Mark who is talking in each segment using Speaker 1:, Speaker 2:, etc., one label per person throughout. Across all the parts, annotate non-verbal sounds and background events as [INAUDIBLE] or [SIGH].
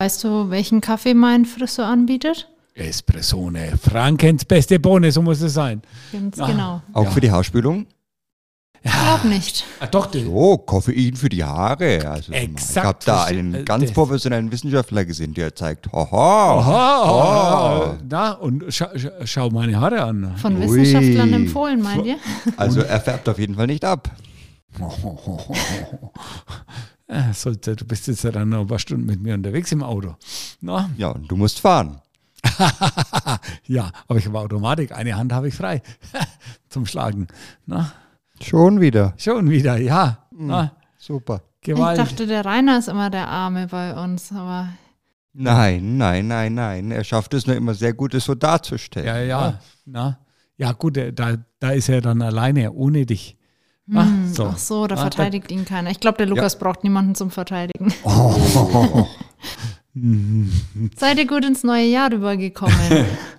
Speaker 1: Weißt du, welchen Kaffee mein Frisso anbietet?
Speaker 2: Espressone, Frankens beste Bohne, so muss es sein.
Speaker 1: Ganz
Speaker 2: Ah.
Speaker 1: genau.
Speaker 3: Auch
Speaker 2: Ja.
Speaker 3: für die Haarspülung?
Speaker 1: Ich glaube nicht.
Speaker 2: Ah, doch, den.
Speaker 3: So, Koffein für die Haare. Also
Speaker 2: Exakt,
Speaker 3: Ich habe da
Speaker 2: was-
Speaker 3: einen
Speaker 2: äh,
Speaker 3: ganz
Speaker 2: das-
Speaker 3: professionellen Wissenschaftler gesehen, der zeigt, haha,
Speaker 2: Aha, Na, und scha scha schau meine Haare an. [LAUGHS]
Speaker 1: Von
Speaker 3: Ui.
Speaker 1: Wissenschaftlern empfohlen, meint ihr?
Speaker 3: also er färbt auf jeden Fall nicht ab.
Speaker 2: Ah, Sollte, du bist jetzt ja dann noch ein paar Stunden mit mir unterwegs im Auto. Na,
Speaker 3: Ja, und du musst fahren.
Speaker 2: ja, aber ich habe Automatik, eine Hand habe ich frei [LAUGHS] zum Schlagen. Na,
Speaker 3: Schon wieder.
Speaker 2: schon wieder, ja. Na,
Speaker 3: Super.
Speaker 1: Ich
Speaker 2: Gewalt.
Speaker 1: dachte, der Rainer ist immer der Arme bei uns, aber
Speaker 3: Nein, nein, nein, nein. Er schafft es nur immer sehr gut, es so darzustellen.
Speaker 2: Ja, ja. Na? Ja, gut, äh, da, da ist er dann alleine, ohne dich. Na,
Speaker 1: hm,
Speaker 2: so.
Speaker 1: ach so, da
Speaker 2: Ah,
Speaker 1: verteidigt ihn keiner. Ich glaube, der Lukas braucht niemanden zum Verteidigen. Seid ihr gut ins neue Jahr rübergekommen?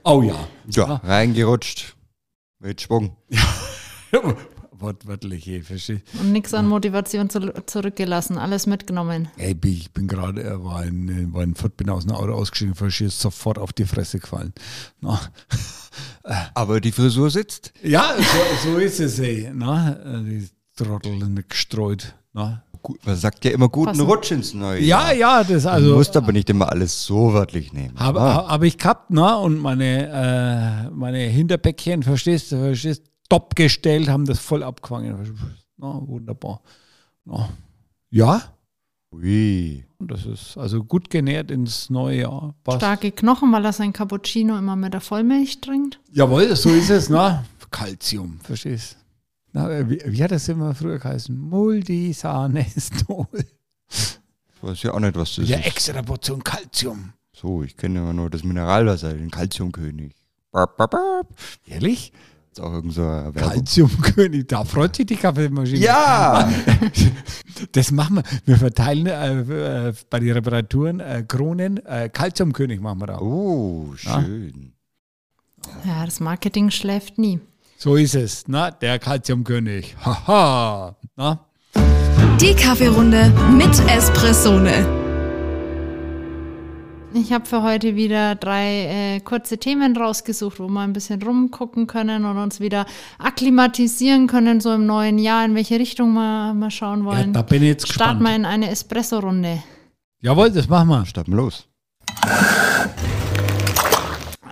Speaker 2: Oh ja.
Speaker 3: Ja, reingerutscht. Mit Schwung.
Speaker 2: Wortwörtlich, eh, verstehe.
Speaker 1: Und nichts an Motivation zu, zurückgelassen, alles mitgenommen.
Speaker 2: Ey, Bi, ich bin gerade, äh, war in, war in Fürth, bin aus dem Auto ausgestiegen, verstehe, sofort auf die Fresse gefallen. Na, [LAUGHS]
Speaker 3: Aber die Frisur sitzt.
Speaker 2: ja, so, so ist es, ey. Na, äh, die Trottel sind gestreut. Na.
Speaker 3: Gu- Man sagt ja immer guten
Speaker 1: Passen.
Speaker 3: Rutsch ins neue
Speaker 2: Ja,
Speaker 3: Jahr.
Speaker 2: ja, das
Speaker 3: Du
Speaker 2: also.
Speaker 3: musst aber nicht immer alles so wörtlich nehmen.
Speaker 2: Habe
Speaker 3: Ah.
Speaker 2: ha- hab ich gehabt, ne? Und meine, äh, meine Hinterbäckchen, verstehst du, verstehst top gestellt, haben das voll abgefangen. Na, wunderbar. Na, ja,
Speaker 3: Ui.
Speaker 2: das ist also gut genährt ins neue Jahr. Passt.
Speaker 1: Starke Knochen, weil er sein Cappuccino immer mit der Vollmilch trinkt.
Speaker 2: Jawohl, so ist es, ne? Calcium, verstehst na, äh, wie, wie hat das immer früher geheißen? Multisanestol.
Speaker 3: Ich weiß ja auch nicht, was das
Speaker 2: Ja,
Speaker 3: ist.
Speaker 2: extra Portion Calcium.
Speaker 3: So, ich kenne immer nur das Mineralwasser, den Kalziumkönig. Barp, barp, barp.
Speaker 2: Ehrlich?
Speaker 3: Ist auch irgend so eine Werbung.
Speaker 2: Calciumkönig, da freut sich die Kaffeemaschine.
Speaker 3: Ja!
Speaker 2: [LAUGHS]
Speaker 3: [LAUGHS]
Speaker 2: Das machen wir. Wir verteilen äh, äh, bei den Reparaturen äh, Kronen. Äh, Kalziumkönig machen wir da.
Speaker 3: Oh, schön.
Speaker 1: Ja, das Marketing schläft nie.
Speaker 2: So ist es. Na, der Kalziumkönig. Haha. Na?
Speaker 4: Die Kaffeerunde mit Espressone.
Speaker 1: Ich habe für heute wieder drei äh, kurze Themen rausgesucht, wo wir ein bisschen rumgucken können und uns wieder akklimatisieren können, so im neuen Jahr, in welche Richtung wir, wir schauen
Speaker 2: Ja,
Speaker 1: wollen.
Speaker 2: da bin ich jetzt
Speaker 1: Starten wir
Speaker 2: gespannt.
Speaker 1: in eine Espresso-Runde.
Speaker 2: Jawohl, das machen wir.
Speaker 3: Starten wir los.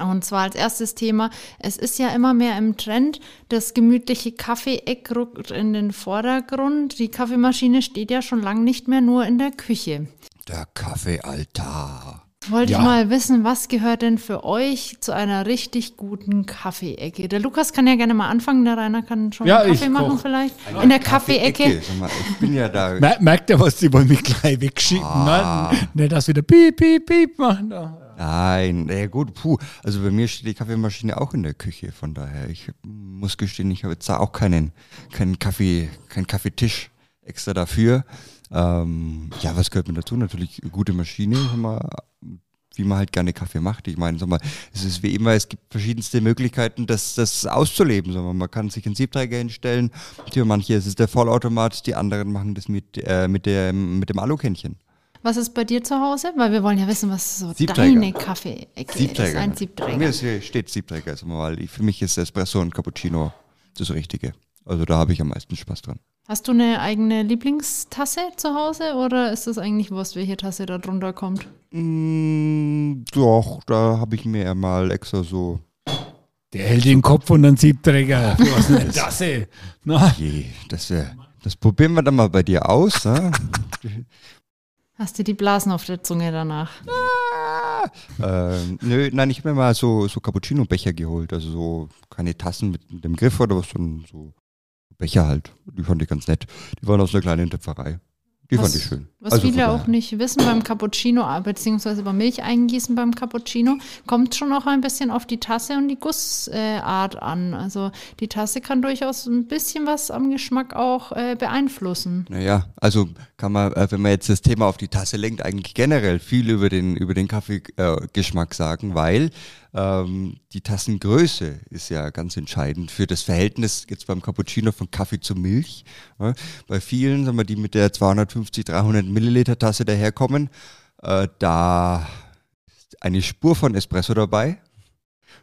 Speaker 1: Und zwar als erstes Thema, es ist ja immer mehr im Trend, das gemütliche Kaffee-Eck rückt in den Vordergrund. Die Kaffeemaschine steht ja schon lange nicht mehr nur in der Küche.
Speaker 3: Der Kaffeealtar.
Speaker 1: Wollte
Speaker 2: Ja.
Speaker 1: ich mal wissen, was gehört denn für euch zu einer richtig guten Kaffeeecke? Der Lukas kann ja gerne mal anfangen, der Rainer kann schon
Speaker 2: Ja,
Speaker 1: einen
Speaker 2: ich
Speaker 1: Kaffee machen
Speaker 2: koch.
Speaker 1: vielleicht. In der Kaffeeecke.
Speaker 3: Sag mal, ich bin ja [LAUGHS] da.
Speaker 2: Mer merkt ihr was? Die wollen mich gleich wegschieben.
Speaker 3: Ah.
Speaker 2: Ne? Nicht, dass wir wieder piep, piep, piep machen. Da.
Speaker 3: Nein, na ja gut, puh. Also bei mir steht die Kaffeemaschine auch in der Küche, von daher. Ich muss gestehen, ich habe jetzt da auch keinen, keinen Kaffee, keinen Kaffeetisch extra dafür. Ähm, ja, was gehört mir dazu? Natürlich eine gute Maschine, sag mal, wie man halt gerne Kaffee macht. Ich meine, sag mal, es ist wie immer, es gibt verschiedenste Möglichkeiten, das, das auszuleben. Sag mal, man kann sich einen Siebträger hinstellen. Für manche ist es der Vollautomat, die anderen machen das mit, äh, mit, dem mit dem Alukännchen.
Speaker 1: Was ist bei dir zu Hause? Weil wir wollen ja wissen, was so
Speaker 3: Siebträger.
Speaker 1: deine Kaffeeecke ist.
Speaker 3: Siebträger.
Speaker 1: Ein
Speaker 3: Bei Mir
Speaker 1: Siebträger.
Speaker 3: ist hier steht Siebträger. Also mal, ich, für mich ist Espresso und Cappuccino das Richtige. Also da habe ich am meisten Spaß dran.
Speaker 1: Hast du eine eigene Lieblingstasse zu Hause oder ist es eigentlich Wurst, welche Tasse da drunter kommt?
Speaker 3: Mm, doch, da habe ich mir ja mal extra so.
Speaker 2: Der hält den Kopf und dann Siebträger.
Speaker 3: [LAUGHS]
Speaker 2: Was ist denn das, ey? Na?
Speaker 3: Je, das, äh, das probieren wir dann mal bei dir aus. Ne?
Speaker 1: Hast du die Blasen auf der Zunge danach?
Speaker 3: [LAUGHS] ähm, nö, nein, ich habe mir mal so, so Cappuccino-Becher geholt. Also so keine Tassen mit, mit dem Griff oder was, sondern so Becher halt. Die fand ich ganz nett. Die waren aus einer kleinen Töpferei. Die
Speaker 1: Was-
Speaker 3: fand ich schön.
Speaker 1: Was
Speaker 3: Also von
Speaker 1: viele
Speaker 3: daher.
Speaker 1: auch nicht wissen beim Cappuccino, ah, beziehungsweise beim Milch eingießen beim Cappuccino, kommt schon auch ein bisschen auf die Tasse und die Gussart äh, Art an. Also die Tasse kann durchaus ein bisschen was am Geschmack auch äh, beeinflussen.
Speaker 3: Naja, also kann man, äh, wenn man jetzt das Thema auf die Tasse lenkt, eigentlich generell viel über den, über den Kaffeegeschmack äh, Geschmack sagen, weil ähm, die Tassengröße ist ja ganz entscheidend für das Verhältnis jetzt beim Cappuccino von Kaffee zu Milch. ne? Bei vielen, sagen wir, die mit der 250, 300 Milliliter Tasse daherkommen, Äh, da ist eine Spur von Espresso dabei.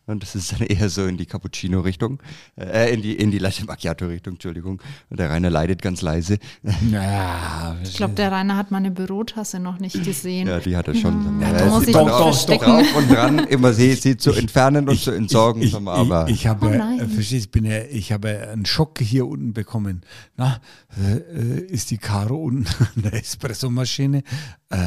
Speaker 3: Und das ist dann eher so in die Cappuccino-Richtung, äh, in die, in die Latte Macchiato-Richtung, Entschuldigung. Und der Rainer leidet ganz leise.
Speaker 2: Ja,
Speaker 1: Ich glaube, der Rainer hat meine Bürotasse noch nicht gesehen.
Speaker 3: Ja, die hat er schon.
Speaker 1: Ja, da
Speaker 3: er
Speaker 1: muss
Speaker 3: sieht
Speaker 1: ich
Speaker 3: man
Speaker 1: mich
Speaker 3: auch
Speaker 1: verstecken.
Speaker 3: drauf und dran, immer sie, sie zu entfernen und zu entsorgen.
Speaker 2: Ich,
Speaker 3: sag
Speaker 2: ich,
Speaker 3: mal, aber
Speaker 2: ich, ich habe,
Speaker 1: Oh
Speaker 2: äh,
Speaker 1: nein.
Speaker 2: verstehst, bin ja, ich habe einen Schock hier unten bekommen. Na, äh, äh, ist die Karo unten [LAUGHS] an der Espressomaschine? Äh,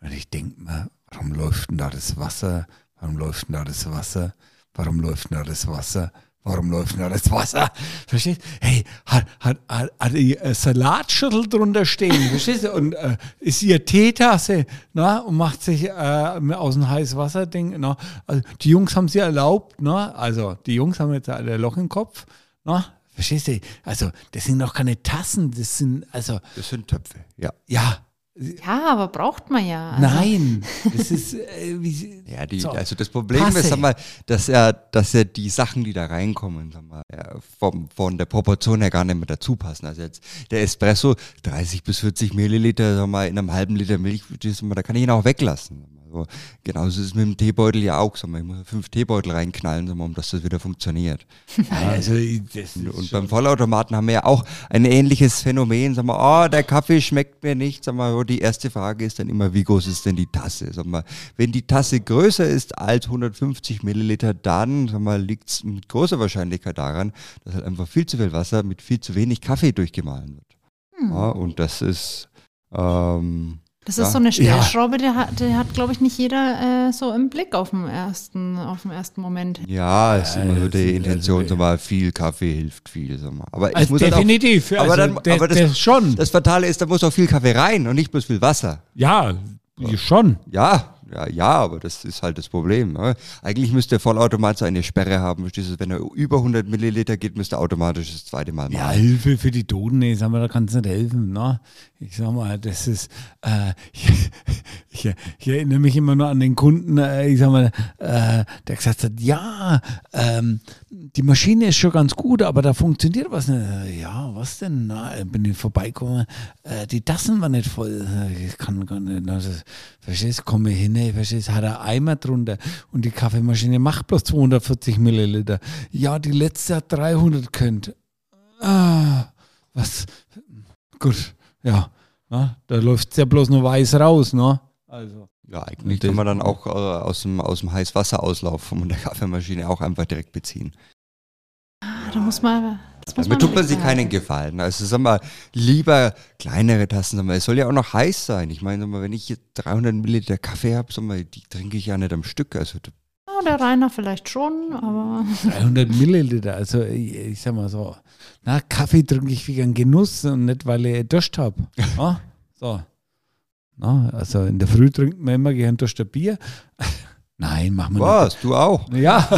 Speaker 2: und ich denke mir, warum läuft denn da das Wasser? Warum läuft denn da das Wasser? Warum läuft denn da das Wasser? Warum läuft denn da das Wasser? Verstehst? Hey, hat, hat, hat, hat die äh, Salatschüttel drunter
Speaker 3: [LAUGHS]
Speaker 2: stehen, verstehst du? Und äh, ist ihr Teetasse, na, und macht sich äh, aus dem Heißwasser-Ding, na. Also, die Jungs haben sie erlaubt, na. Also, die Jungs haben jetzt alle Loch im Kopf, na. Verstehst du? Also, das sind noch keine Tassen, das sind, also,
Speaker 3: das sind Töpfe, ja.
Speaker 2: ja,
Speaker 1: Ja, aber braucht man ja. Also,
Speaker 2: nein. Das ist, äh, wie, sie-
Speaker 3: [LAUGHS] Ja, die,
Speaker 2: So.
Speaker 3: also das Problem
Speaker 2: Passe.
Speaker 3: ist, sag mal, dass er, dass er die Sachen, die da reinkommen, sag mal, ja, vom, von der Proportion her gar nicht mehr dazu passen. Also jetzt der Espresso, 30 bis 40 Milliliter, sag mal, in einem halben Liter Milch, das, sag mal, da kann ich ihn auch weglassen. sag mal. Also, genauso ist es mit dem Teebeutel ja auch, sag mal, ich muss fünf Teebeutel reinknallen, sag mal, um dass das wieder funktioniert. [LAUGHS]
Speaker 2: Ja, also, das ist
Speaker 3: Und, und beim Vollautomaten haben wir ja auch ein ähnliches Phänomen. Sag mal, oh, der Kaffee schmeckt mir nicht. Sag mal, die erste Frage ist dann immer, wie groß ist denn die Tasse? Sag mal, wenn die Tasse größer ist als 150 Milliliter, dann sag mal, liegt es mit großer Wahrscheinlichkeit daran, dass halt einfach viel zu viel Wasser mit viel zu wenig Kaffee durchgemahlen wird.
Speaker 2: Hm.
Speaker 3: Ja, und das ist ähm,
Speaker 1: Das
Speaker 3: Ja.
Speaker 1: ist so eine
Speaker 2: Ja.
Speaker 1: Stellschraube, die hat, die hat glaube ich, nicht jeder äh, so im Blick auf den ersten, auf den ersten Moment.
Speaker 3: ja, es ist immer so
Speaker 2: das ist-
Speaker 3: die Intention,
Speaker 2: also-
Speaker 3: sag mal, viel Kaffee hilft viel. Sag mal. Aber ich
Speaker 2: Also
Speaker 3: muss halt auch,
Speaker 2: definitiv.
Speaker 3: aber
Speaker 2: also
Speaker 3: dann-
Speaker 2: der-
Speaker 3: aber das-
Speaker 2: der schon.
Speaker 3: das Fatale ist, da muss auch viel Kaffee rein und nicht bloß viel Wasser.
Speaker 2: ja, schon.
Speaker 3: Ja, ja, ja, aber das ist halt das Problem. Ne? Eigentlich müsste der Vollautomat so eine Sperre haben. verstehst du? Wenn er über 100 Milliliter geht, müsste er automatisch das zweite Mal
Speaker 2: Ja,
Speaker 3: machen.
Speaker 2: Hilfe für die Toten, nee, sag mal, da kannst du nicht helfen. Ne? Ich sag mal, das ist, äh, [LAUGHS] ich, ich, ich erinnere mich immer nur an den Kunden, äh, ich sag mal, äh, der gesagt hat, ja, ähm, die Maschine ist schon ganz gut, aber da funktioniert was nicht. Äh, Ja, was denn? Na, äh, bin ich vorbeigekommen, äh, die Tassen waren nicht voll. Äh, Ich kann gar nicht. Also, verstehst, komme hin, ey, verstehst, hat er Eimer drunter und die Kaffeemaschine macht bloß 240 Milliliter. Ja, die letzte hat 300 könnt. Ah, was? Gut, ja. Na, da läuft es ja bloß nur weiß raus, ne? Also.
Speaker 3: Ja, eigentlich kann man dann auch äh, aus dem, aus dem Heißwasserauslauf von der Kaffeemaschine auch einfach direkt beziehen.
Speaker 1: Ah, da muss man. Das muss
Speaker 3: Damit
Speaker 1: im
Speaker 3: tut man
Speaker 1: Blick
Speaker 3: sich keinen
Speaker 1: behalten.
Speaker 3: Gefallen. Also sag mal, lieber kleinere Tassen. Sag mal, es soll ja auch noch heiß sein. Ich meine, sag mal, wenn ich jetzt 300 Milliliter Kaffee habe, sag mal, die trinke ich ja nicht am Stück. Also da-
Speaker 1: Ja, Ah, der Rainer vielleicht schon, aber
Speaker 2: 300 Milliliter, also ich, ich sag mal so. Na, Kaffee trinke ich wegen Genuss und nicht, weil ich Durst habe. Na, so. Na, also in der Früh trinkt man immer gern Durst ein Bier. [LAUGHS] Nein, machen wir
Speaker 3: was, du auch.
Speaker 2: nicht. Ja,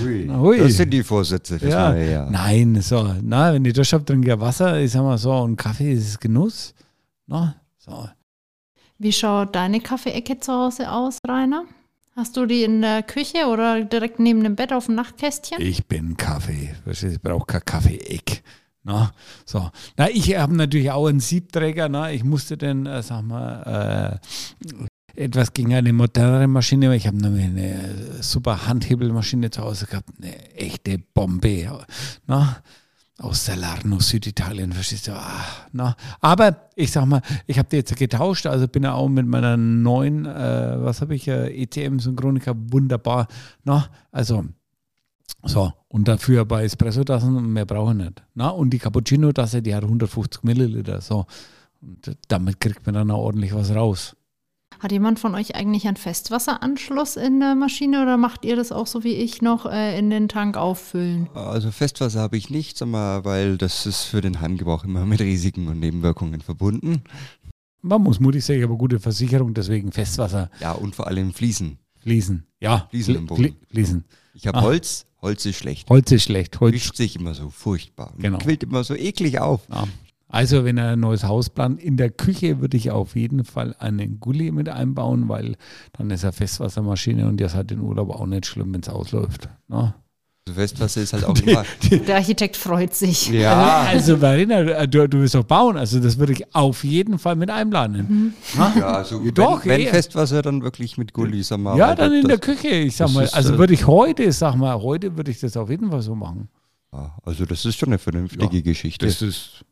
Speaker 3: Hui.
Speaker 2: Na, hui.
Speaker 3: Das sind die Vorsätze fürs
Speaker 2: ja.
Speaker 3: neue Jahr.
Speaker 2: Nein, so. Na, wenn ich Durst habe, trinke ich Wasser, ich sag mal so. Und Kaffee ist Genuss. Na, so.
Speaker 1: wie schaut deine Kaffeeecke zu Hause aus, Rainer? Hast du die in der Küche oder direkt neben dem Bett auf dem Nachtkästchen?
Speaker 2: Ich bin Kaffee. Verstehst? Ich brauche kein Kaffee-Eck. Na, so. Na, ich habe natürlich auch einen Siebträger. Na, ich musste dann, äh, sag mal, äh, etwas gegen eine modernere Maschine, weil ich habe nämlich eine äh, super Handhebelmaschine zu Hause gehabt. Eine echte Bombe. Na, aus Salerno, Süditalien, verstehst du? Ah, na. Aber ich sag mal, ich habe die jetzt getauscht, also bin ja auch mit meiner neuen, äh, was habe ich, äh, ETM Synchronica wunderbar. Na, also so, und dafür bei Espresso-Tassen, mehr brauche ich nicht. Na, und die Cappuccino-Tasse, die hat 150 Milliliter. So. Und damit kriegt man dann auch ordentlich was raus.
Speaker 1: Hat jemand von euch eigentlich einen Festwasseranschluss in der Maschine oder macht ihr das auch so wie ich noch äh, in den Tank auffüllen?
Speaker 3: Also Festwasser habe ich nicht, sag mal, weil das ist für den Heimgebrauch immer mit Risiken und Nebenwirkungen verbunden.
Speaker 2: Man muss mutig sein, ich habe eine gute Versicherung, deswegen Festwasser
Speaker 3: Ja, und vor allem Fliesen.
Speaker 2: fließen. Ja,
Speaker 3: Fließen
Speaker 2: fli-
Speaker 3: im Boden.
Speaker 2: fli- fließen.
Speaker 3: Ich habe
Speaker 2: Ah.
Speaker 3: Holz, Holz ist schlecht.
Speaker 2: Holz ist schlecht. Holz.
Speaker 3: Wischt sich immer so furchtbar. Und
Speaker 2: Genau.
Speaker 3: Quillt immer so eklig auf.
Speaker 2: Ja. Also, wenn ihr ein neues Haus plant, in der Küche würde ich auf jeden Fall einen Gully mit einbauen, weil dann ist eine Festwassermaschine und ihr seid in Urlaub auch nicht schlimm, wenn es ausläuft. ne? Na?
Speaker 3: So Festwasser
Speaker 2: [LAUGHS]
Speaker 3: ist halt auch immer.
Speaker 1: Der Architekt freut sich.
Speaker 3: ja,
Speaker 2: Also Verena, du, du willst doch bauen. Also das würde ich auf jeden Fall mit
Speaker 3: Mhm.
Speaker 2: einplanen. [LAUGHS]
Speaker 3: ja, so
Speaker 2: Ah, Doch,
Speaker 3: wenn, wenn
Speaker 2: eh.
Speaker 3: Festwasser, dann wirklich mit Gullis am
Speaker 2: Ja, dann in der Küche, ich sag
Speaker 3: das
Speaker 2: mal.
Speaker 3: ist,
Speaker 2: Also
Speaker 3: äh,
Speaker 2: würde ich heute, sag mal, heute würde ich das auf jeden Fall so machen.
Speaker 3: Also das ist schon eine vernünftige Geschichte.
Speaker 2: ist.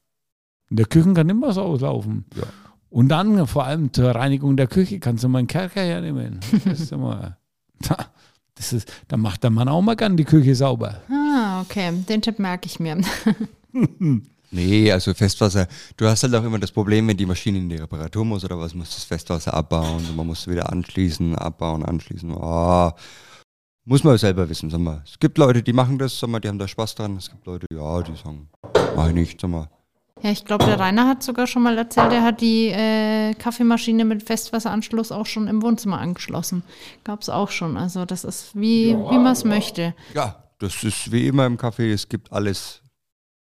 Speaker 2: In der Küche kann immer was auslaufen.
Speaker 3: Ja.
Speaker 2: Und dann vor allem zur Reinigung der Küche kannst du mal einen Kerker hernehmen. Das ist immer. [LAUGHS] Da, das ist, da macht der Mann auch mal gern die Küche sauber.
Speaker 1: Ah, okay. Den Tipp merke ich mir.
Speaker 3: Nee, also Festwasser. Du hast halt auch immer das Problem, wenn die Maschine in die Reparatur muss oder was, muss das Festwasser abbauen und man muss wieder anschließen, abbauen, anschließen. Ah, muss man selber wissen, sag mal. Es gibt Leute, die machen das, sag mal, die haben da Spaß dran. Es gibt Leute, ja, die sagen, mach ich nicht, sag mal.
Speaker 1: Ja, ich glaube, der Rainer hat sogar schon mal erzählt, er hat die äh, Kaffeemaschine mit Festwasseranschluss auch schon im Wohnzimmer angeschlossen. Gab es auch schon. Also das ist wie, wie man es möchte.
Speaker 3: Ja, das ist wie immer im Café, es gibt alles,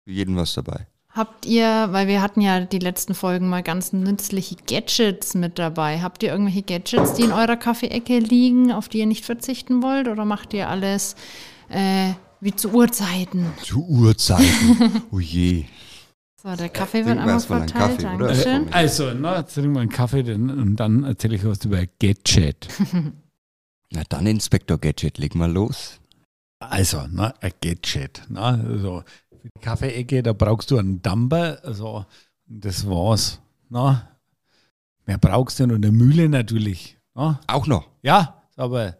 Speaker 3: für jeden was dabei.
Speaker 1: Habt ihr, weil wir hatten ja die letzten Folgen mal ganz nützliche Gadgets mit dabei. Habt ihr irgendwelche Gadgets, die in eurer Kaffeeecke liegen, auf die ihr nicht verzichten wollt? Oder macht ihr alles äh, wie zu Uhrzeiten?
Speaker 3: Zu Uhrzeiten. oh je.
Speaker 1: So, der Kaffee
Speaker 3: trinken
Speaker 1: wird
Speaker 3: wir
Speaker 1: einmal
Speaker 3: erstmal einen
Speaker 1: verteilt.
Speaker 3: Kaffee, oder?
Speaker 1: Dankeschön.
Speaker 3: Moment.
Speaker 2: Also, na, jetzt trinken wir einen Kaffee denn, und dann erzähle ich was über Gadget.
Speaker 3: Na dann, Inspektor Gadget, leg mal los.
Speaker 2: Also, ne, ein Gadget. Ne, also, für die Kaffeeecke, da brauchst du einen Dumper. Also, das war's. Ne. Mehr brauchst du nicht und eine Mühle natürlich. Ne.
Speaker 3: Auch noch.
Speaker 2: Ja, aber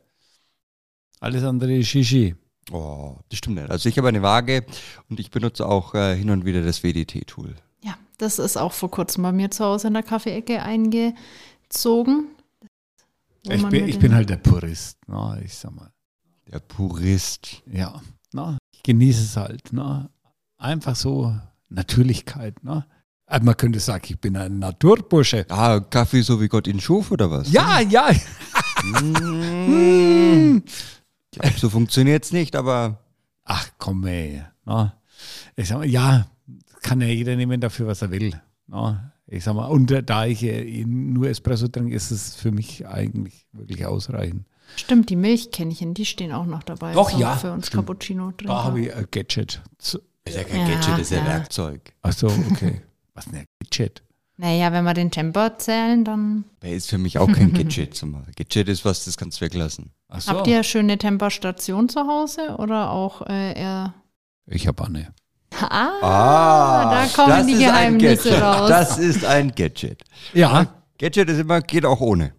Speaker 2: alles andere ist Shishi.
Speaker 3: Oh, das stimmt nicht. Also ich habe eine Waage und ich benutze auch äh, hin und wieder das WDT-Tool.
Speaker 1: Ja, das ist auch vor kurzem bei mir zu Hause in der Kaffeeecke eingezogen. Wo
Speaker 2: Ich
Speaker 1: man
Speaker 2: bin,
Speaker 1: mit
Speaker 2: ich
Speaker 1: den-
Speaker 2: bin halt der Purist. Ne, ich sag mal.
Speaker 3: Der Purist.
Speaker 2: Ja, ne, ich genieße es halt. Ne. Einfach so Natürlichkeit. Ne. Aber man könnte sagen, ich bin ein Naturbursche.
Speaker 3: Ah, Kaffee so wie Gott ihn schuf oder was?
Speaker 2: Ja, ja.
Speaker 3: Mm. Ich glaub, so funktioniert es nicht, aber
Speaker 2: Ach komm, ey. Na, ich sag mal, ja, kann ja jeder nehmen dafür, was er will. Na, ich sag mal, und äh, da ich äh, nur Espresso trinke, ist es für mich eigentlich wirklich ausreichend.
Speaker 1: Stimmt, die Milchkännchen, die stehen auch noch dabei.
Speaker 2: Doch, ja,
Speaker 1: Für uns
Speaker 2: stimmt.
Speaker 1: Cappuccino drin.
Speaker 2: Da habe ich ein Gadget. zu-
Speaker 3: ist ja
Speaker 1: kein Ja, Gadget, das ist ja ja.
Speaker 3: Werkzeug.
Speaker 2: Ach so,
Speaker 1: [LAUGHS]
Speaker 2: okay. was denn ein Gadget?
Speaker 1: Naja, wenn wir den Temper zählen, dann
Speaker 3: Der ist für mich auch kein Gadget. sag mal. Gadget ist was, das kannst du weglassen.
Speaker 2: Ach so.
Speaker 1: habt ihr schöne Temperstation zu Hause oder auch äh, eher.
Speaker 2: Ich habe eine.
Speaker 1: Ah, da kommen
Speaker 3: das
Speaker 1: die
Speaker 3: ist ein
Speaker 1: Geheimnisse
Speaker 3: Gadget.
Speaker 1: raus.
Speaker 3: Das ist ein Gadget.
Speaker 2: Ja.
Speaker 3: Gadget ist immer, geht auch ohne.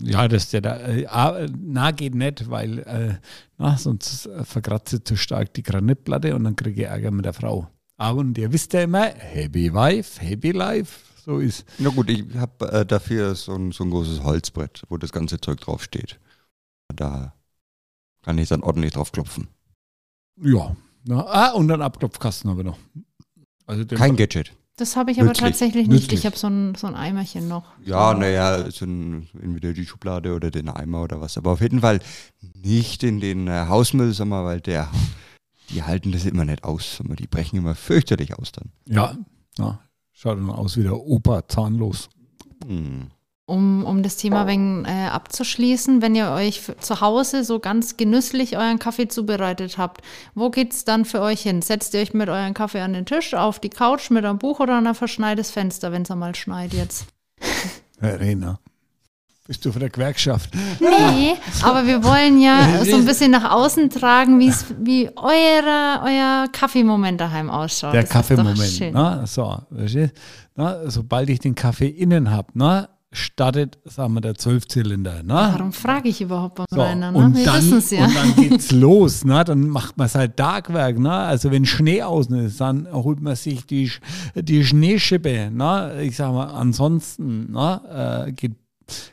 Speaker 2: Ja, das ist ja da. Äh, ah, na, geht nicht, weil äh, na, sonst äh, verkratzt sie zu stark die Granitplatte und dann kriege ich Ärger mit der Frau. Aber und ihr wisst ja immer, Happy Wife, Happy Life. So ist.
Speaker 3: Na gut, ich habe äh, dafür so ein, so ein großes Holzbrett, wo das ganze Zeug draufsteht. Da kann ich dann ordentlich drauf klopfen.
Speaker 2: Ja. Na, ah, und einen Abklopfkasten haben wir noch. Also den
Speaker 3: Kein Gadget.
Speaker 1: Das habe ich aber
Speaker 3: Nützlich,
Speaker 1: tatsächlich nicht.
Speaker 3: nützlich.
Speaker 1: Ich habe so ein, so ein Eimerchen noch.
Speaker 3: Ja, naja, so ein, entweder die Schublade oder den Eimer oder was. Aber auf jeden Fall nicht in den äh, Hausmüll, sag mal, weil der, die halten das immer nicht aus. Sag mal, die brechen immer fürchterlich aus dann.
Speaker 2: ja. Na, schaut dann aus wie der Opa, zahnlos.
Speaker 3: Hm.
Speaker 1: Um, um das
Speaker 3: Oh.
Speaker 1: Thema wegen äh, abzuschließen, wenn ihr euch f- zu Hause so ganz genüsslich euren Kaffee zubereitet habt, wo geht's dann für euch hin? Setzt ihr euch mit eurem Kaffee an den Tisch, auf die Couch mit einem Buch oder an ein verschneites Fenster, wenn es einmal schneit jetzt?
Speaker 2: Verena. Bist du von der Gewerkschaft?
Speaker 1: Nee, aber wir wollen
Speaker 2: [LAUGHS]
Speaker 1: ja so ein bisschen nach außen tragen, wie's, wie euer, euer Kaffeemoment daheim ausschaut.
Speaker 2: der
Speaker 1: Das ist doch
Speaker 2: Kaffeemoment.
Speaker 1: schön.
Speaker 2: Ne? So, verstehst? Na, sobald ich den Kaffee innen habe, ne, startet, sagen wir, der Zwölfzylinder. Ne?
Speaker 1: Warum frage ich überhaupt beim
Speaker 2: So,
Speaker 1: Rainer? Ne?
Speaker 2: und,
Speaker 1: Wir
Speaker 2: dann,
Speaker 1: wissen's ja.
Speaker 2: und dann
Speaker 1: [LAUGHS]
Speaker 2: geht's los, ne? Dann macht man sein Tagwerk, ne? Also wenn Schnee außen ist, dann holt man sich die, Sch- die Schneeschippe, ne? Ich sag mal, ansonsten, ne? Äh, geht,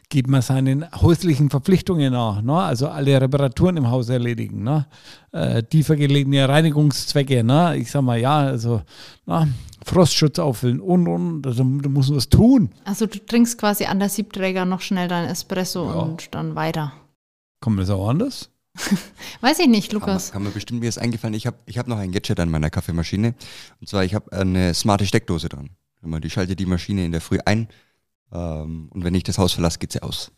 Speaker 2: geht man seinen häuslichen Verpflichtungen nach, ne? Also alle Reparaturen im Haus erledigen, ne? Äh, tiefer gelegene Reinigungszwecke, ne? Ich sag mal, ja, also, ne? Frostschutz auffüllen und, und, also, du musst was tun.
Speaker 1: Also du trinkst quasi an der Siebträger noch schnell deinen Espresso und dann weiter.
Speaker 2: Kommt das auch anders?
Speaker 1: Weiß ich nicht,
Speaker 3: Kann, man,
Speaker 1: Lukas.
Speaker 3: kann mir bestimmt mir ist eingefallen. Ich habe ich hab noch ein Gadget an meiner Kaffeemaschine. Und zwar, ich habe eine smarte Steckdose dran. Sag mal, Die schalte die Maschine in der Früh ein. Ähm, und wenn ich das Haus verlasse, geht sie aus.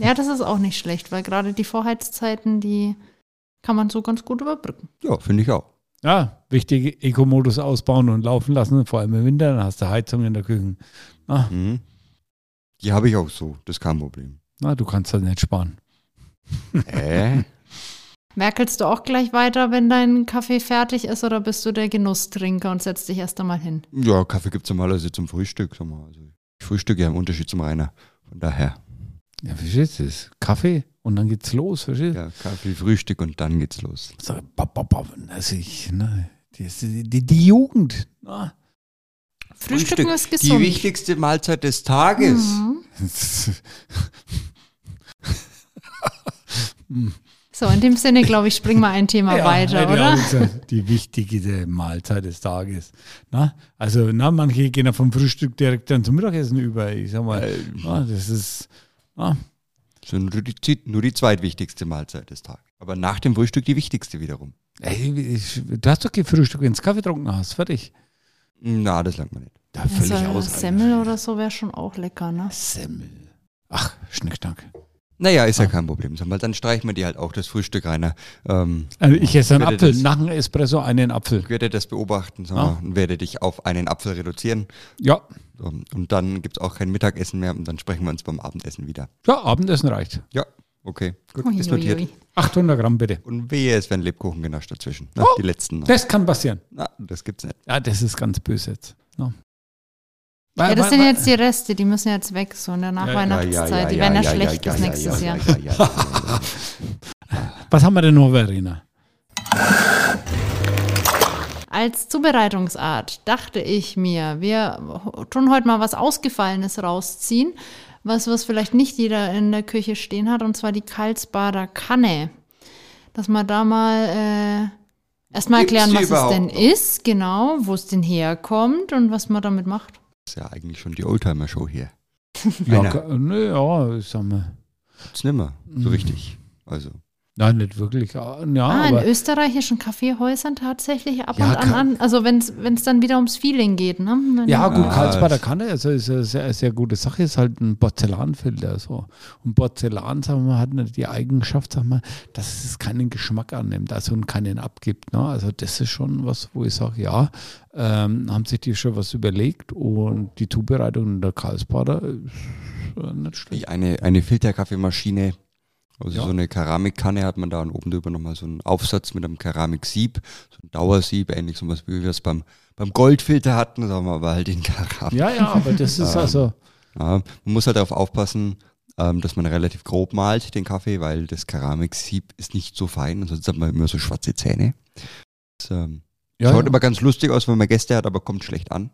Speaker 1: Ja, das ist auch nicht schlecht, weil gerade die Vorheizzeiten, die Kann man so ganz gut überbrücken.
Speaker 3: Ja, finde ich auch.
Speaker 2: Ja, wichtig, Eco-Modus ausbauen und laufen lassen, vor allem im Winter, dann hast du Heizung in der Küche. Na,
Speaker 3: Mhm. Die habe ich auch so, das ist
Speaker 1: [LAUGHS]
Speaker 3: kein Problem.
Speaker 2: na du kannst das nicht sparen.
Speaker 3: Äh?
Speaker 1: Merkelst du auch gleich weiter, wenn dein Kaffee fertig ist oder bist du der Genusstrinker und setzt dich erst einmal hin?
Speaker 3: Ja, Kaffee gibt es normalerweise zum Frühstück. Sag mal. Also ich frühstücke ja im Unterschied zum Rainer. Von daher,
Speaker 2: Ja, verstehst du das? Kaffee und dann geht's los, verstehst du?
Speaker 3: ja, Kaffee, Frühstück und dann geht's los.
Speaker 2: So, bap, bap, bap, also ich, ne, die, ist- die, die Jugend. [LAUGHS] Na.
Speaker 1: Frühstücken
Speaker 3: Frühstück,
Speaker 1: ist gesund.
Speaker 3: Die wichtigste Mahlzeit des Tages.
Speaker 1: Mhm. So, in dem Sinne, glaube ich, springen wir ein [LAUGHS] Thema
Speaker 2: Ja,
Speaker 1: weiter,
Speaker 2: hätte ich
Speaker 1: oder?
Speaker 2: auch gesagt, Die wichtigste Mahlzeit des Tages. Na? Also, na, manche gehen ja vom Frühstück direkt dann zum Mittagessen über. Ich sag mal, na, das ist. Na,
Speaker 3: So nur die, nur die zweitwichtigste Mahlzeit des Tages. Aber nach dem Frühstück die wichtigste wiederum.
Speaker 2: ey, ich, du hast doch kein Frühstück, wenn du Kaffee getrunken hast. Fertig.
Speaker 3: Na, das langt man nicht.
Speaker 2: Da völlig
Speaker 1: Also,
Speaker 2: aus. Alter.
Speaker 1: Semmel oder so wäre schon auch lecker, ne?
Speaker 2: Semmel. Ach, Schnickschnack.
Speaker 3: Naja, ist ja
Speaker 1: Ah.
Speaker 3: kein Problem. Sag mal, dann streichen wir dir halt auch das Frühstück, Rainer. Ähm,
Speaker 2: Also ich esse einen
Speaker 3: Bitte
Speaker 2: Apfel,
Speaker 3: das.
Speaker 2: nach einem Espresso einen Apfel.
Speaker 3: ich werde das beobachten sag
Speaker 2: Ah.
Speaker 3: mal, und werde dich auf einen Apfel reduzieren.
Speaker 2: Ja,
Speaker 3: Ähm, Und dann gibt es auch kein Mittagessen mehr und dann sprechen wir uns beim Abendessen wieder.
Speaker 2: ja, Abendessen reicht.
Speaker 3: Ja, okay, gut,
Speaker 1: Ui,
Speaker 3: ist
Speaker 1: ui,
Speaker 3: notiert.
Speaker 1: ui.
Speaker 2: 800 Gramm bitte.
Speaker 3: Und wehe, es werden Lebkuchen genascht dazwischen. Na,
Speaker 2: Oh.
Speaker 3: Die letzten. noch.
Speaker 2: Das kann passieren.
Speaker 3: Na, das gibt's nicht.
Speaker 2: Ja, das ist ganz böse jetzt. ne? No.
Speaker 1: Ja, das sind jetzt die Reste, die müssen jetzt weg, so in der Nachweihnachtszeit. die werden ja, schlecht bis nächstes Jahr.
Speaker 3: Ja, ja, ja,
Speaker 2: Was haben wir denn noch, Verena?
Speaker 1: Als Zubereitungsart dachte ich mir, wir tun heute mal was Ausgefallenes rausziehen, was, was vielleicht nicht jeder in der Küche stehen hat, und zwar die Karlsbader Kanne. Dass man da mal äh, erstmal
Speaker 3: Gibt's
Speaker 1: erklären,
Speaker 3: die
Speaker 1: was es
Speaker 3: überhaupt
Speaker 1: denn
Speaker 3: noch?
Speaker 1: ist, genau, wo es denn herkommt und was man damit macht.
Speaker 3: Das ist ja eigentlich schon die Oldtimer-Show hier.
Speaker 2: Ja,
Speaker 3: Einer.
Speaker 2: ka- ne, ja, sagen wir.
Speaker 3: Gibt's nimmer.
Speaker 1: Mhm.
Speaker 3: So richtig. Also,
Speaker 2: Nein, nicht wirklich. Ah, Ja,
Speaker 1: ah, in
Speaker 2: aber,
Speaker 1: österreichischen Kaffeehäusern tatsächlich ab
Speaker 2: Ja,
Speaker 1: und an,
Speaker 2: Ka-
Speaker 1: an. Also wenn es dann wieder ums Feeling geht, ne? Wenn-
Speaker 2: ja gut,
Speaker 3: Ah,
Speaker 2: Karlsbader
Speaker 3: es-
Speaker 2: Kanne also ist eine sehr, sehr gute Sache, ist halt ein Porzellanfilter. So. Und Porzellan, sagen wir, hat die Eigenschaft, sagen wir, dass es keinen Geschmack annimmt also und keinen abgibt. Ne? Also das ist schon was, wo ich sage, ja, ähm, haben sich die schon was überlegt und die Zubereitung der Karlsbader ist äh, nicht schlecht.
Speaker 3: die eine, eine Filterkaffeemaschine. Also
Speaker 2: Ja.
Speaker 3: so eine Keramikkanne hat man da und oben drüber nochmal so einen Aufsatz mit einem Keramiksieb, so ein Dauersieb, ähnlich so was, wie wir es beim, beim Goldfilter hatten, sagen wir, aber halt in Keramik.
Speaker 2: Ja, ja, aber das ist
Speaker 3: [LAUGHS] Ähm,
Speaker 2: also,
Speaker 3: Ja, man muss halt darauf aufpassen, ähm, dass man relativ grob malt den Kaffee, weil das Keramiksieb ist nicht so fein, ansonsten hat man immer so schwarze Zähne. Das, ähm,
Speaker 2: ja,
Speaker 3: schaut
Speaker 2: ja.
Speaker 3: immer ganz lustig aus, wenn man Gäste hat, aber kommt schlecht an.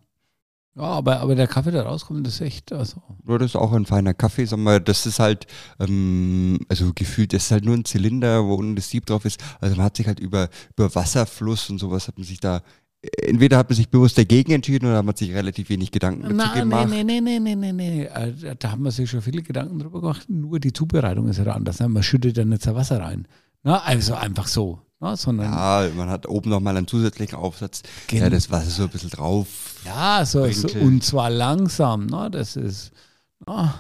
Speaker 2: ja aber, aber der Kaffee, der rauskommt, das ist echt, also,
Speaker 3: Nur das ist auch ein feiner Kaffee, sagen wir, das ist halt, ähm, also gefühlt, das ist halt nur ein Zylinder, wo unten das Sieb drauf ist. Also man hat sich halt über, über Wasserfluss und sowas hat man sich da, entweder hat man sich bewusst dagegen entschieden oder hat man sich relativ wenig Gedanken dazu
Speaker 2: Nein,
Speaker 3: gemacht.
Speaker 2: nein, nein, nein, nein, nein, nein. Äh, da- Da haben wir sich schon viele Gedanken drüber gemacht. Nur die Zubereitung ist ja da anders. ne? Man schüttet ja nicht so Wasser rein. Na, also einfach so. Na, sondern, ja,
Speaker 3: Ja, man hat oben nochmal einen zusätzlichen Aufsatz,
Speaker 2: Genau.
Speaker 3: der das Wasser so ein bisschen drauf
Speaker 2: so, so,
Speaker 3: Brinkel.
Speaker 2: und zwar langsam. Na, das ist, na,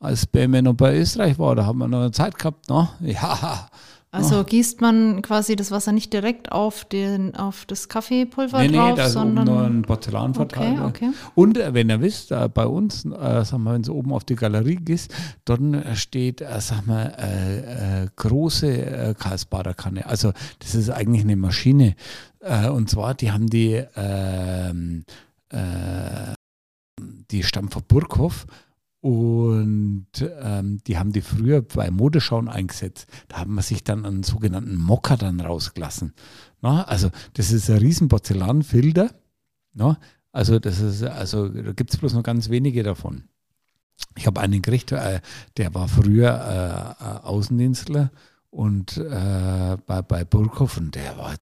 Speaker 2: als Bärmann noch bei Österreich war, da haben wir noch eine Zeit gehabt. Na, ja, Oh.
Speaker 1: Also gießt man quasi das Wasser nicht direkt auf, den, auf das Kaffeepulver
Speaker 2: nee, nee,
Speaker 1: drauf,
Speaker 2: da ist oben
Speaker 1: sondern.
Speaker 2: noch ein Porzellanverteiler.
Speaker 1: Okay, okay.
Speaker 2: Und äh, wenn ihr wisst, äh, bei uns, äh, sag mal, wenn es oben auf die Galerie geht, dort äh, steht, äh, sag mal, äh, äh, große äh, Karlsbader Kanne. Also das ist eigentlich eine Maschine. Äh, und zwar, die haben die, ähm, äh, die stammt von Burghoff. Und ähm, die haben die früher bei Modeschauen eingesetzt. Da haben wir sich dann einen sogenannten Mocker dann rausgelassen. Na, also das ist ein riesen Porzellanfilter. Na, also das ist, also da gibt es bloß noch ganz wenige davon. Ich habe einen gekriegt, äh, der war früher äh, äh, Außendienstler und äh, bei, bei Burkhoff und der war,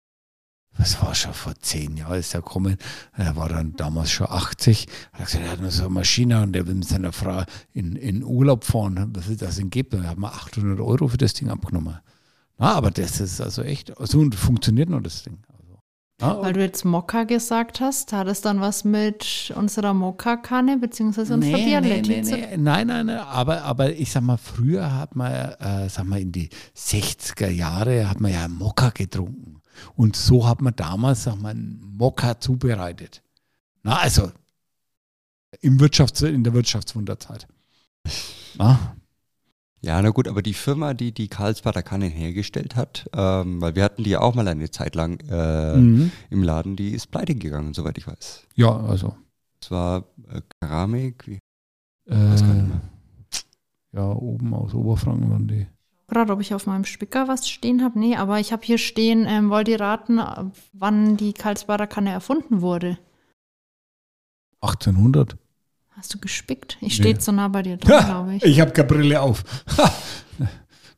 Speaker 2: das war schon vor zehn Jahren, ist er gekommen, er war dann damals schon 80, hat er gesagt, er hat nur so eine Maschine und der will mit seiner Frau in, in Urlaub fahren, was will das denn geben? Da haben wir 800 Euro für das Ding abgenommen. Na, aber das ist also echt, so und funktioniert noch das Ding. Also, Ah,
Speaker 1: Weil du jetzt Mokka gesagt hast, hat es dann was mit unserer Mokka-Kanne bzw. unserer Bialetti zu tun?
Speaker 2: Nein, nein, nein, aber, aber ich sag mal, früher hat man, äh, sag mal, in die 60er Jahre hat man ja Mokka getrunken. Und so hat man damals, sag mal, einen Mokka zubereitet. Na, also, im Wirtschafts-, in der Wirtschaftswunderzeit. Na,
Speaker 3: Ja, na gut, aber die Firma, die die Karlsbader Kannen hergestellt hat, ähm, weil wir hatten die ja auch mal eine Zeit lang äh,
Speaker 2: mhm.
Speaker 3: im Laden, die ist pleite gegangen, soweit ich weiß.
Speaker 2: Ja, also.
Speaker 3: Es war äh, Keramik, wie,
Speaker 2: Äh,
Speaker 3: weiß gar nicht mehr.
Speaker 2: ja, oben aus Oberfranken waren die.
Speaker 1: Gerade ob ich auf meinem Spicker was stehen habe? Nee, aber ich habe hier stehen, ähm, wollt ihr raten, äh, wann die Karlsbader Kanne erfunden wurde?
Speaker 2: 1800.
Speaker 1: Hast du gespickt? Ich stehe
Speaker 2: Nee.
Speaker 1: so nah bei dir
Speaker 2: [LAUGHS]
Speaker 1: dran, glaube ich.
Speaker 2: Ich habe keine Brille auf.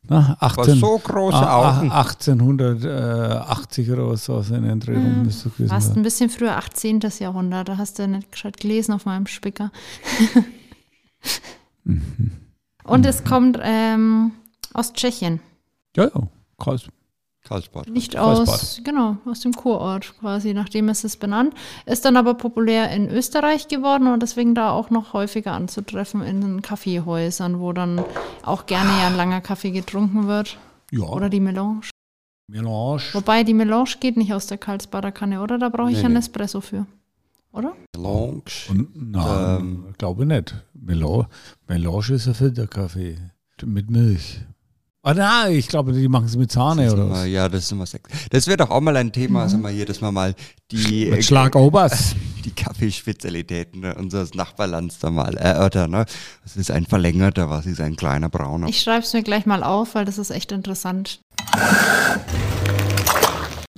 Speaker 2: Na, 18,
Speaker 3: war so große
Speaker 2: Ah,
Speaker 3: Augen.
Speaker 2: ah, 1880 oder was aus in den Dreh rum
Speaker 1: Mhm.
Speaker 2: müsste gewesen
Speaker 1: Warst
Speaker 2: sein.
Speaker 1: ein bisschen früher, 18. Jahrhundert, da hast du nicht gescheit gelesen auf meinem Spicker. [LAUGHS] Und es kommt ähm, aus Tschechien,
Speaker 2: Ja, ja, krass.
Speaker 3: Karlsbad.
Speaker 1: nicht
Speaker 2: Kreuzbad.
Speaker 1: aus, genau, aus dem Kurort quasi, nachdem ist es benannt. Ist dann aber populär in Österreich geworden und deswegen da auch noch häufiger anzutreffen in den Kaffeehäusern, wo dann auch gerne ja ein langer Kaffee getrunken wird
Speaker 2: Ja,
Speaker 1: oder die Melange.
Speaker 2: Melange.
Speaker 1: Wobei die Melange geht nicht aus der Karlsbader Kanne, oder? Da brauche ich
Speaker 3: Nee,
Speaker 1: einen
Speaker 3: nee.
Speaker 1: Espresso für, oder?
Speaker 3: Lounge.
Speaker 2: Und, nein,
Speaker 3: Ähm.
Speaker 2: glaube nicht. Melange, Melange ist ein Filterkaffee mit Milch. Ah, nein, ich glaube, die machen es mit Sahne
Speaker 3: Das ist
Speaker 2: oder
Speaker 3: immer,
Speaker 2: was. Mhm.
Speaker 3: ja, das ist immer Sex. Das wäre doch auch mal ein Thema, sagen wir hier, dass wir mal die, äh,
Speaker 2: Mit Schlagobers.
Speaker 3: die Kaffeespezialitäten ne, unseres Nachbarlands da mal erörtern. Ne? Was ist ein verlängerter, was ist ein kleiner brauner?
Speaker 1: Ich schreibe es mir gleich mal auf, weil das ist echt interessant.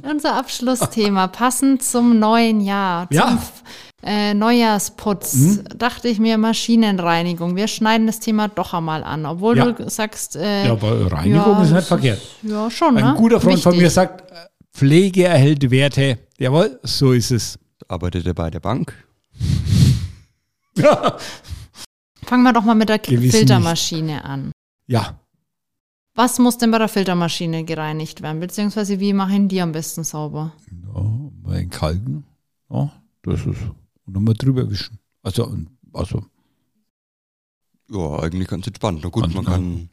Speaker 1: Unser Abschlussthema, passend zum neuen Jahr, zum
Speaker 2: Ja.
Speaker 1: F- äh, Neujahrsputz,
Speaker 2: Mhm.
Speaker 1: dachte ich mir Maschinenreinigung. Wir schneiden das Thema doch einmal an, obwohl
Speaker 2: Ja.
Speaker 1: du sagst, äh,
Speaker 2: Ja, aber Reinigung
Speaker 1: ja,
Speaker 2: ist nicht
Speaker 1: das
Speaker 2: verkehrt.
Speaker 1: ja schon.
Speaker 2: Ein
Speaker 1: ne?
Speaker 2: guter Freund von
Speaker 1: Wichtig.
Speaker 2: mir sagt, äh, Pflege erhält Werte. Jawohl, so ist es. [LAUGHS]
Speaker 3: Arbeitet er bei der Bank?
Speaker 1: Fangen wir doch mal mit der K-
Speaker 2: Gewiss
Speaker 1: Filtermaschine an.
Speaker 2: ja,
Speaker 1: Was muss denn bei der Filtermaschine gereinigt werden, beziehungsweise wie machen die am besten sauber?
Speaker 2: Ja, bei den Kalken, ja, das ist. Und nochmal drüber wischen. Also, und- also
Speaker 3: Ja, eigentlich ganz entspannt. Na gut,
Speaker 2: Und,
Speaker 3: man kann,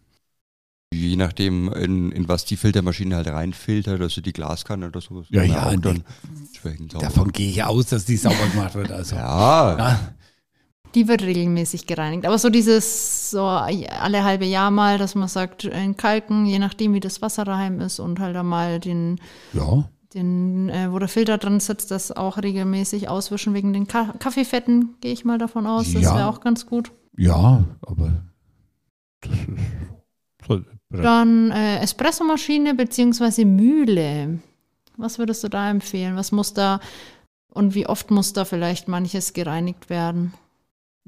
Speaker 3: je nachdem, in, in was die Filtermaschine halt reinfiltert, also die Glaskanne oder sowas.
Speaker 2: Ja,
Speaker 3: kann
Speaker 2: ja,
Speaker 3: auch
Speaker 2: und
Speaker 3: dann entsprechend sauber.
Speaker 2: davon gehe ich aus, dass die sauber gemacht wird. Also.
Speaker 3: Ja,
Speaker 2: Na,
Speaker 1: Die wird regelmäßig gereinigt. Aber so dieses, so alle halbe Jahr mal, dass man sagt, in Kalken, je nachdem, wie das Wasser daheim ist und halt einmal den,
Speaker 2: ja,
Speaker 1: den äh, wo der Filter drin sitzt, das auch regelmäßig auswischen wegen den Ka Kaffeefetten, gehe ich mal davon aus. Das
Speaker 2: Ja.
Speaker 1: wäre auch ganz gut.
Speaker 2: ja, aber das ist. So,
Speaker 1: Dann äh, Espressomaschine beziehungsweise Mühle. Was würdest du da empfehlen? Was muss da und wie oft muss da vielleicht manches gereinigt werden?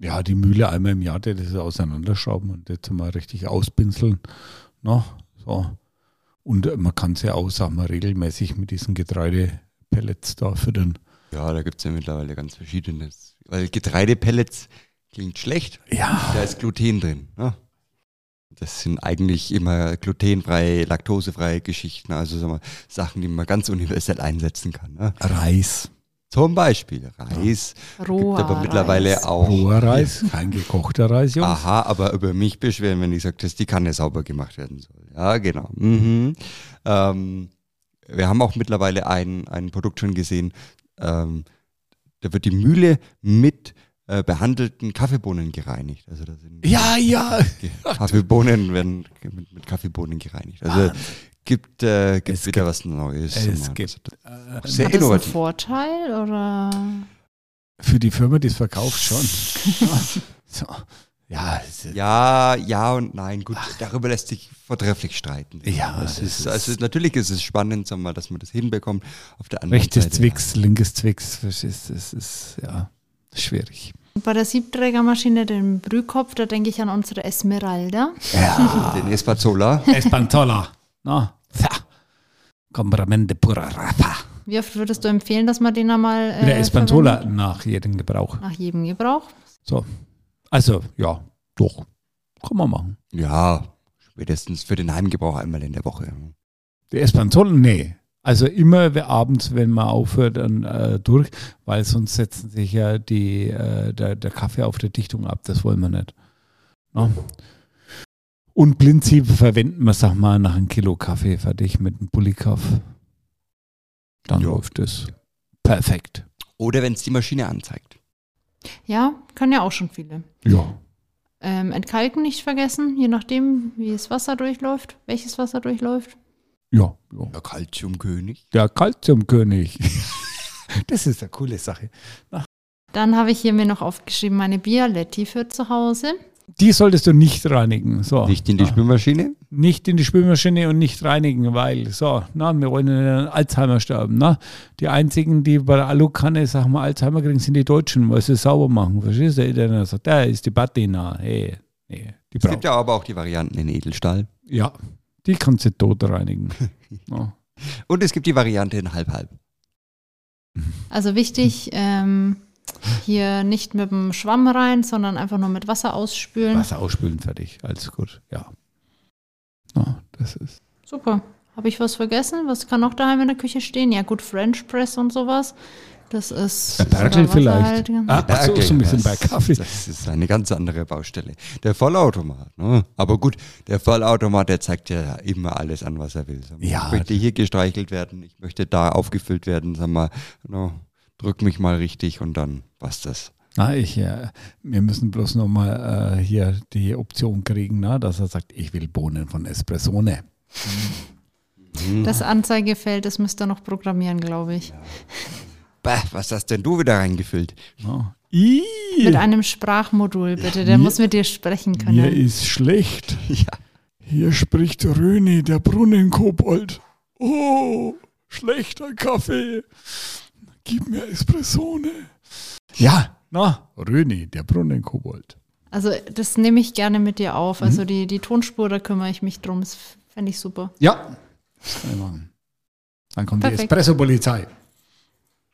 Speaker 2: ja, die Mühle einmal im Jahr, die das auseinanderschrauben und jetzt mal richtig auspinseln. Ne? So. Und äh, man kann es ja auch, sagen wir, regelmäßig mit diesen Getreidepellets da füttern.
Speaker 3: ja da gibt es ja mittlerweile ganz verschiedenes. Weil Getreidepellets klingt schlecht,
Speaker 2: Ja.
Speaker 3: da ist Gluten drin. Ne? Das sind eigentlich immer glutenfreie, laktosefreie Geschichten, also sag mal, Sachen, die man ganz universell einsetzen kann. Ne?
Speaker 2: Reis.
Speaker 3: Zum Beispiel Reis.
Speaker 1: Roher
Speaker 3: gibt aber mittlerweile
Speaker 1: Reis.
Speaker 3: auch.
Speaker 2: Roher Reis, kein gekochter Reis, Jungs.
Speaker 3: Aha, aber über mich beschweren, wenn ich sage, dass die Kanne sauber gemacht werden soll. Ja, genau. Mhm. Ähm, wir haben auch mittlerweile ein, ein Produkt schon gesehen, ähm, da wird die Mühle mit äh, behandelten Kaffeebohnen gereinigt. Also da sind
Speaker 2: Ja, [LAUGHS] ja.
Speaker 3: Kaffeebohnen werden mit, mit Kaffeebohnen gereinigt. Also gibt, äh, gibt
Speaker 2: Es
Speaker 3: wieder
Speaker 2: gibt-
Speaker 3: was Neues.
Speaker 2: Es
Speaker 3: Mal. Also
Speaker 2: gibt äh,
Speaker 3: sehr
Speaker 1: Hat das einen
Speaker 3: innovativ.
Speaker 1: Vorteil oder?
Speaker 2: für die Firma, die es verkauft, schon.
Speaker 3: [LAUGHS]
Speaker 2: so. Ja, es ist-
Speaker 3: Ja, ja und nein, gut, darüber lässt sich vortrefflich streiten.
Speaker 2: Ja,
Speaker 3: es
Speaker 2: das
Speaker 3: ist,
Speaker 2: ist-
Speaker 3: also natürlich ist es spannend, sagen wir, mal, dass man das hinbekommt. Auf der anderen
Speaker 2: rechtes
Speaker 3: Seite,
Speaker 2: Zwicks, linkes Zwicks, verstehst du, es ist ja schwierig.
Speaker 1: Bei der Siebträgermaschine, den Brühkopf, da denke ich an unsere Esmeralda.
Speaker 2: Ja,
Speaker 3: Den Espazola.
Speaker 2: [LAUGHS] Espantola. No? Ja. Compramente pura rapa.
Speaker 1: Wie oft würdest du empfehlen, dass man den einmal. Äh,
Speaker 2: Wieder Espantola
Speaker 1: verwendet?
Speaker 2: nach jedem Gebrauch.
Speaker 1: Nach jedem Gebrauch.
Speaker 2: Also, ja, doch. Kann man machen.
Speaker 3: Ja, spätestens für den Heimgebrauch einmal in der Woche.
Speaker 2: Der Espantola, nee. Also immer we- abends, wenn man aufhört, dann äh, durch, weil sonst setzen sich ja die, äh, der, der Kaffee auf der Dichtung ab. Das wollen wir nicht. Ne? Und Blindzieber verwenden wir, sag mal, nach einem Kilo Kaffee fertig mit einem Bullikaff. Dann
Speaker 3: Ja.
Speaker 2: läuft es. Perfekt.
Speaker 3: Oder wenn es die Maschine anzeigt.
Speaker 1: Ja, können ja auch schon viele.
Speaker 2: Ja.
Speaker 1: Ähm, entkalken nicht vergessen, je nachdem, wie das Wasser durchläuft, welches Wasser durchläuft.
Speaker 2: Ja. ja.
Speaker 3: Ja, Calciumkönig.
Speaker 2: Der Kalziumkönig. [LAUGHS] das ist eine coole Sache.
Speaker 1: Dann habe ich hier mir noch aufgeschrieben, meine Bialetti für zu Hause.
Speaker 2: Die solltest du nicht reinigen. So.
Speaker 3: Nicht in die
Speaker 2: Ja.
Speaker 3: Spülmaschine?
Speaker 2: nicht in die Spülmaschine und nicht reinigen, weil so, na, wir wollen ja an Alzheimer sterben. Na. Die einzigen, die bei der Alukanne, sag mal, Alzheimer kriegen, sind die Deutschen, weil sie sauber machen. Verstehst du? Italiener sagt, da ist die Patina. Hey, nee, eh, die
Speaker 3: Es gibt
Speaker 2: braucht.
Speaker 3: ja aber auch die Varianten in Edelstahl.
Speaker 2: Ja, die kannst du tot
Speaker 3: [LAUGHS]
Speaker 2: reinigen. ja.
Speaker 3: Und es gibt die Variante in halb-halb.
Speaker 1: Also
Speaker 2: Hm.
Speaker 1: wichtig, ähm, hier nicht mit dem Schwamm rein, sondern einfach nur mit Wasser ausspülen.
Speaker 2: Wasser ausspülen, fertig. Alles gut, ja. Ja, das ist.
Speaker 1: Super. Habe ich was vergessen? Was kann noch daheim in der Küche stehen? Ja, gut, French Press und sowas. Das ist. halt.
Speaker 2: Der Berkel
Speaker 1: oder
Speaker 2: vielleicht.
Speaker 1: Wasserhaltige-
Speaker 2: Ah, ach so,
Speaker 3: Berkel,
Speaker 2: so ein bisschen
Speaker 3: das-
Speaker 2: bei Kaffee.
Speaker 3: Das ist eine ganz andere Baustelle. Der Vollautomat. Ne? Aber gut, der Vollautomat, der zeigt ja immer alles an, was er will. Sag mal,
Speaker 2: Ja.
Speaker 3: Ich möchte hier gestreichelt werden, ich möchte da aufgefüllt werden, sag mal, no, drück mich mal richtig und dann passt das.
Speaker 2: Na, ich, äh, wir müssen bloß nochmal äh, hier die Option kriegen, na, dass er sagt, ich will Bohnen von ne? Espressone.
Speaker 1: Das Anzeigefeld, das müsst ihr noch programmieren, glaube ich.
Speaker 3: Bah, was hast denn du wieder reingefüllt? [LAUGHS]
Speaker 2: Na. Ih,
Speaker 1: Mit einem Sprachmodul, bitte. Der
Speaker 2: Mir-
Speaker 1: muss mit dir sprechen
Speaker 2: mir
Speaker 1: können.
Speaker 2: ist schlecht.
Speaker 3: Ja.
Speaker 2: Hier spricht Röni, der Brunnenkobold. Oh, schlechter Kaffee. Gib mir Espressone. Ja, na, Röni, der Brunnenkobold.
Speaker 1: Also, das nehme ich gerne mit dir auf.
Speaker 2: Mhm.
Speaker 1: Also, die, die Tonspur, da kümmere ich mich drum. Das fände ich super.
Speaker 2: Ja. Das kann ich machen. Dann kommt die
Speaker 1: Perfekt.
Speaker 2: Espresso-Polizei.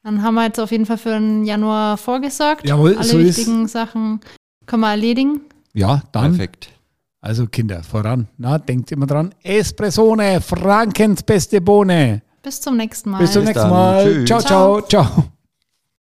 Speaker 1: Dann haben wir jetzt auf jeden Fall für den Januar vorgesorgt.
Speaker 2: Jawohl,
Speaker 1: Alle
Speaker 2: so ist-
Speaker 1: wichtigen Sachen können wir erledigen.
Speaker 2: Ja, dann
Speaker 3: Perfekt.
Speaker 2: Also Kinder, voran. Na, denkt immer dran. Espressone, Frankens beste Bohne.
Speaker 1: Bis zum nächsten Mal.
Speaker 2: Bis zum
Speaker 3: Bis
Speaker 2: nächsten
Speaker 3: dann.
Speaker 2: Mal.
Speaker 3: Tschüss.
Speaker 2: Ciao, ciao, ciao.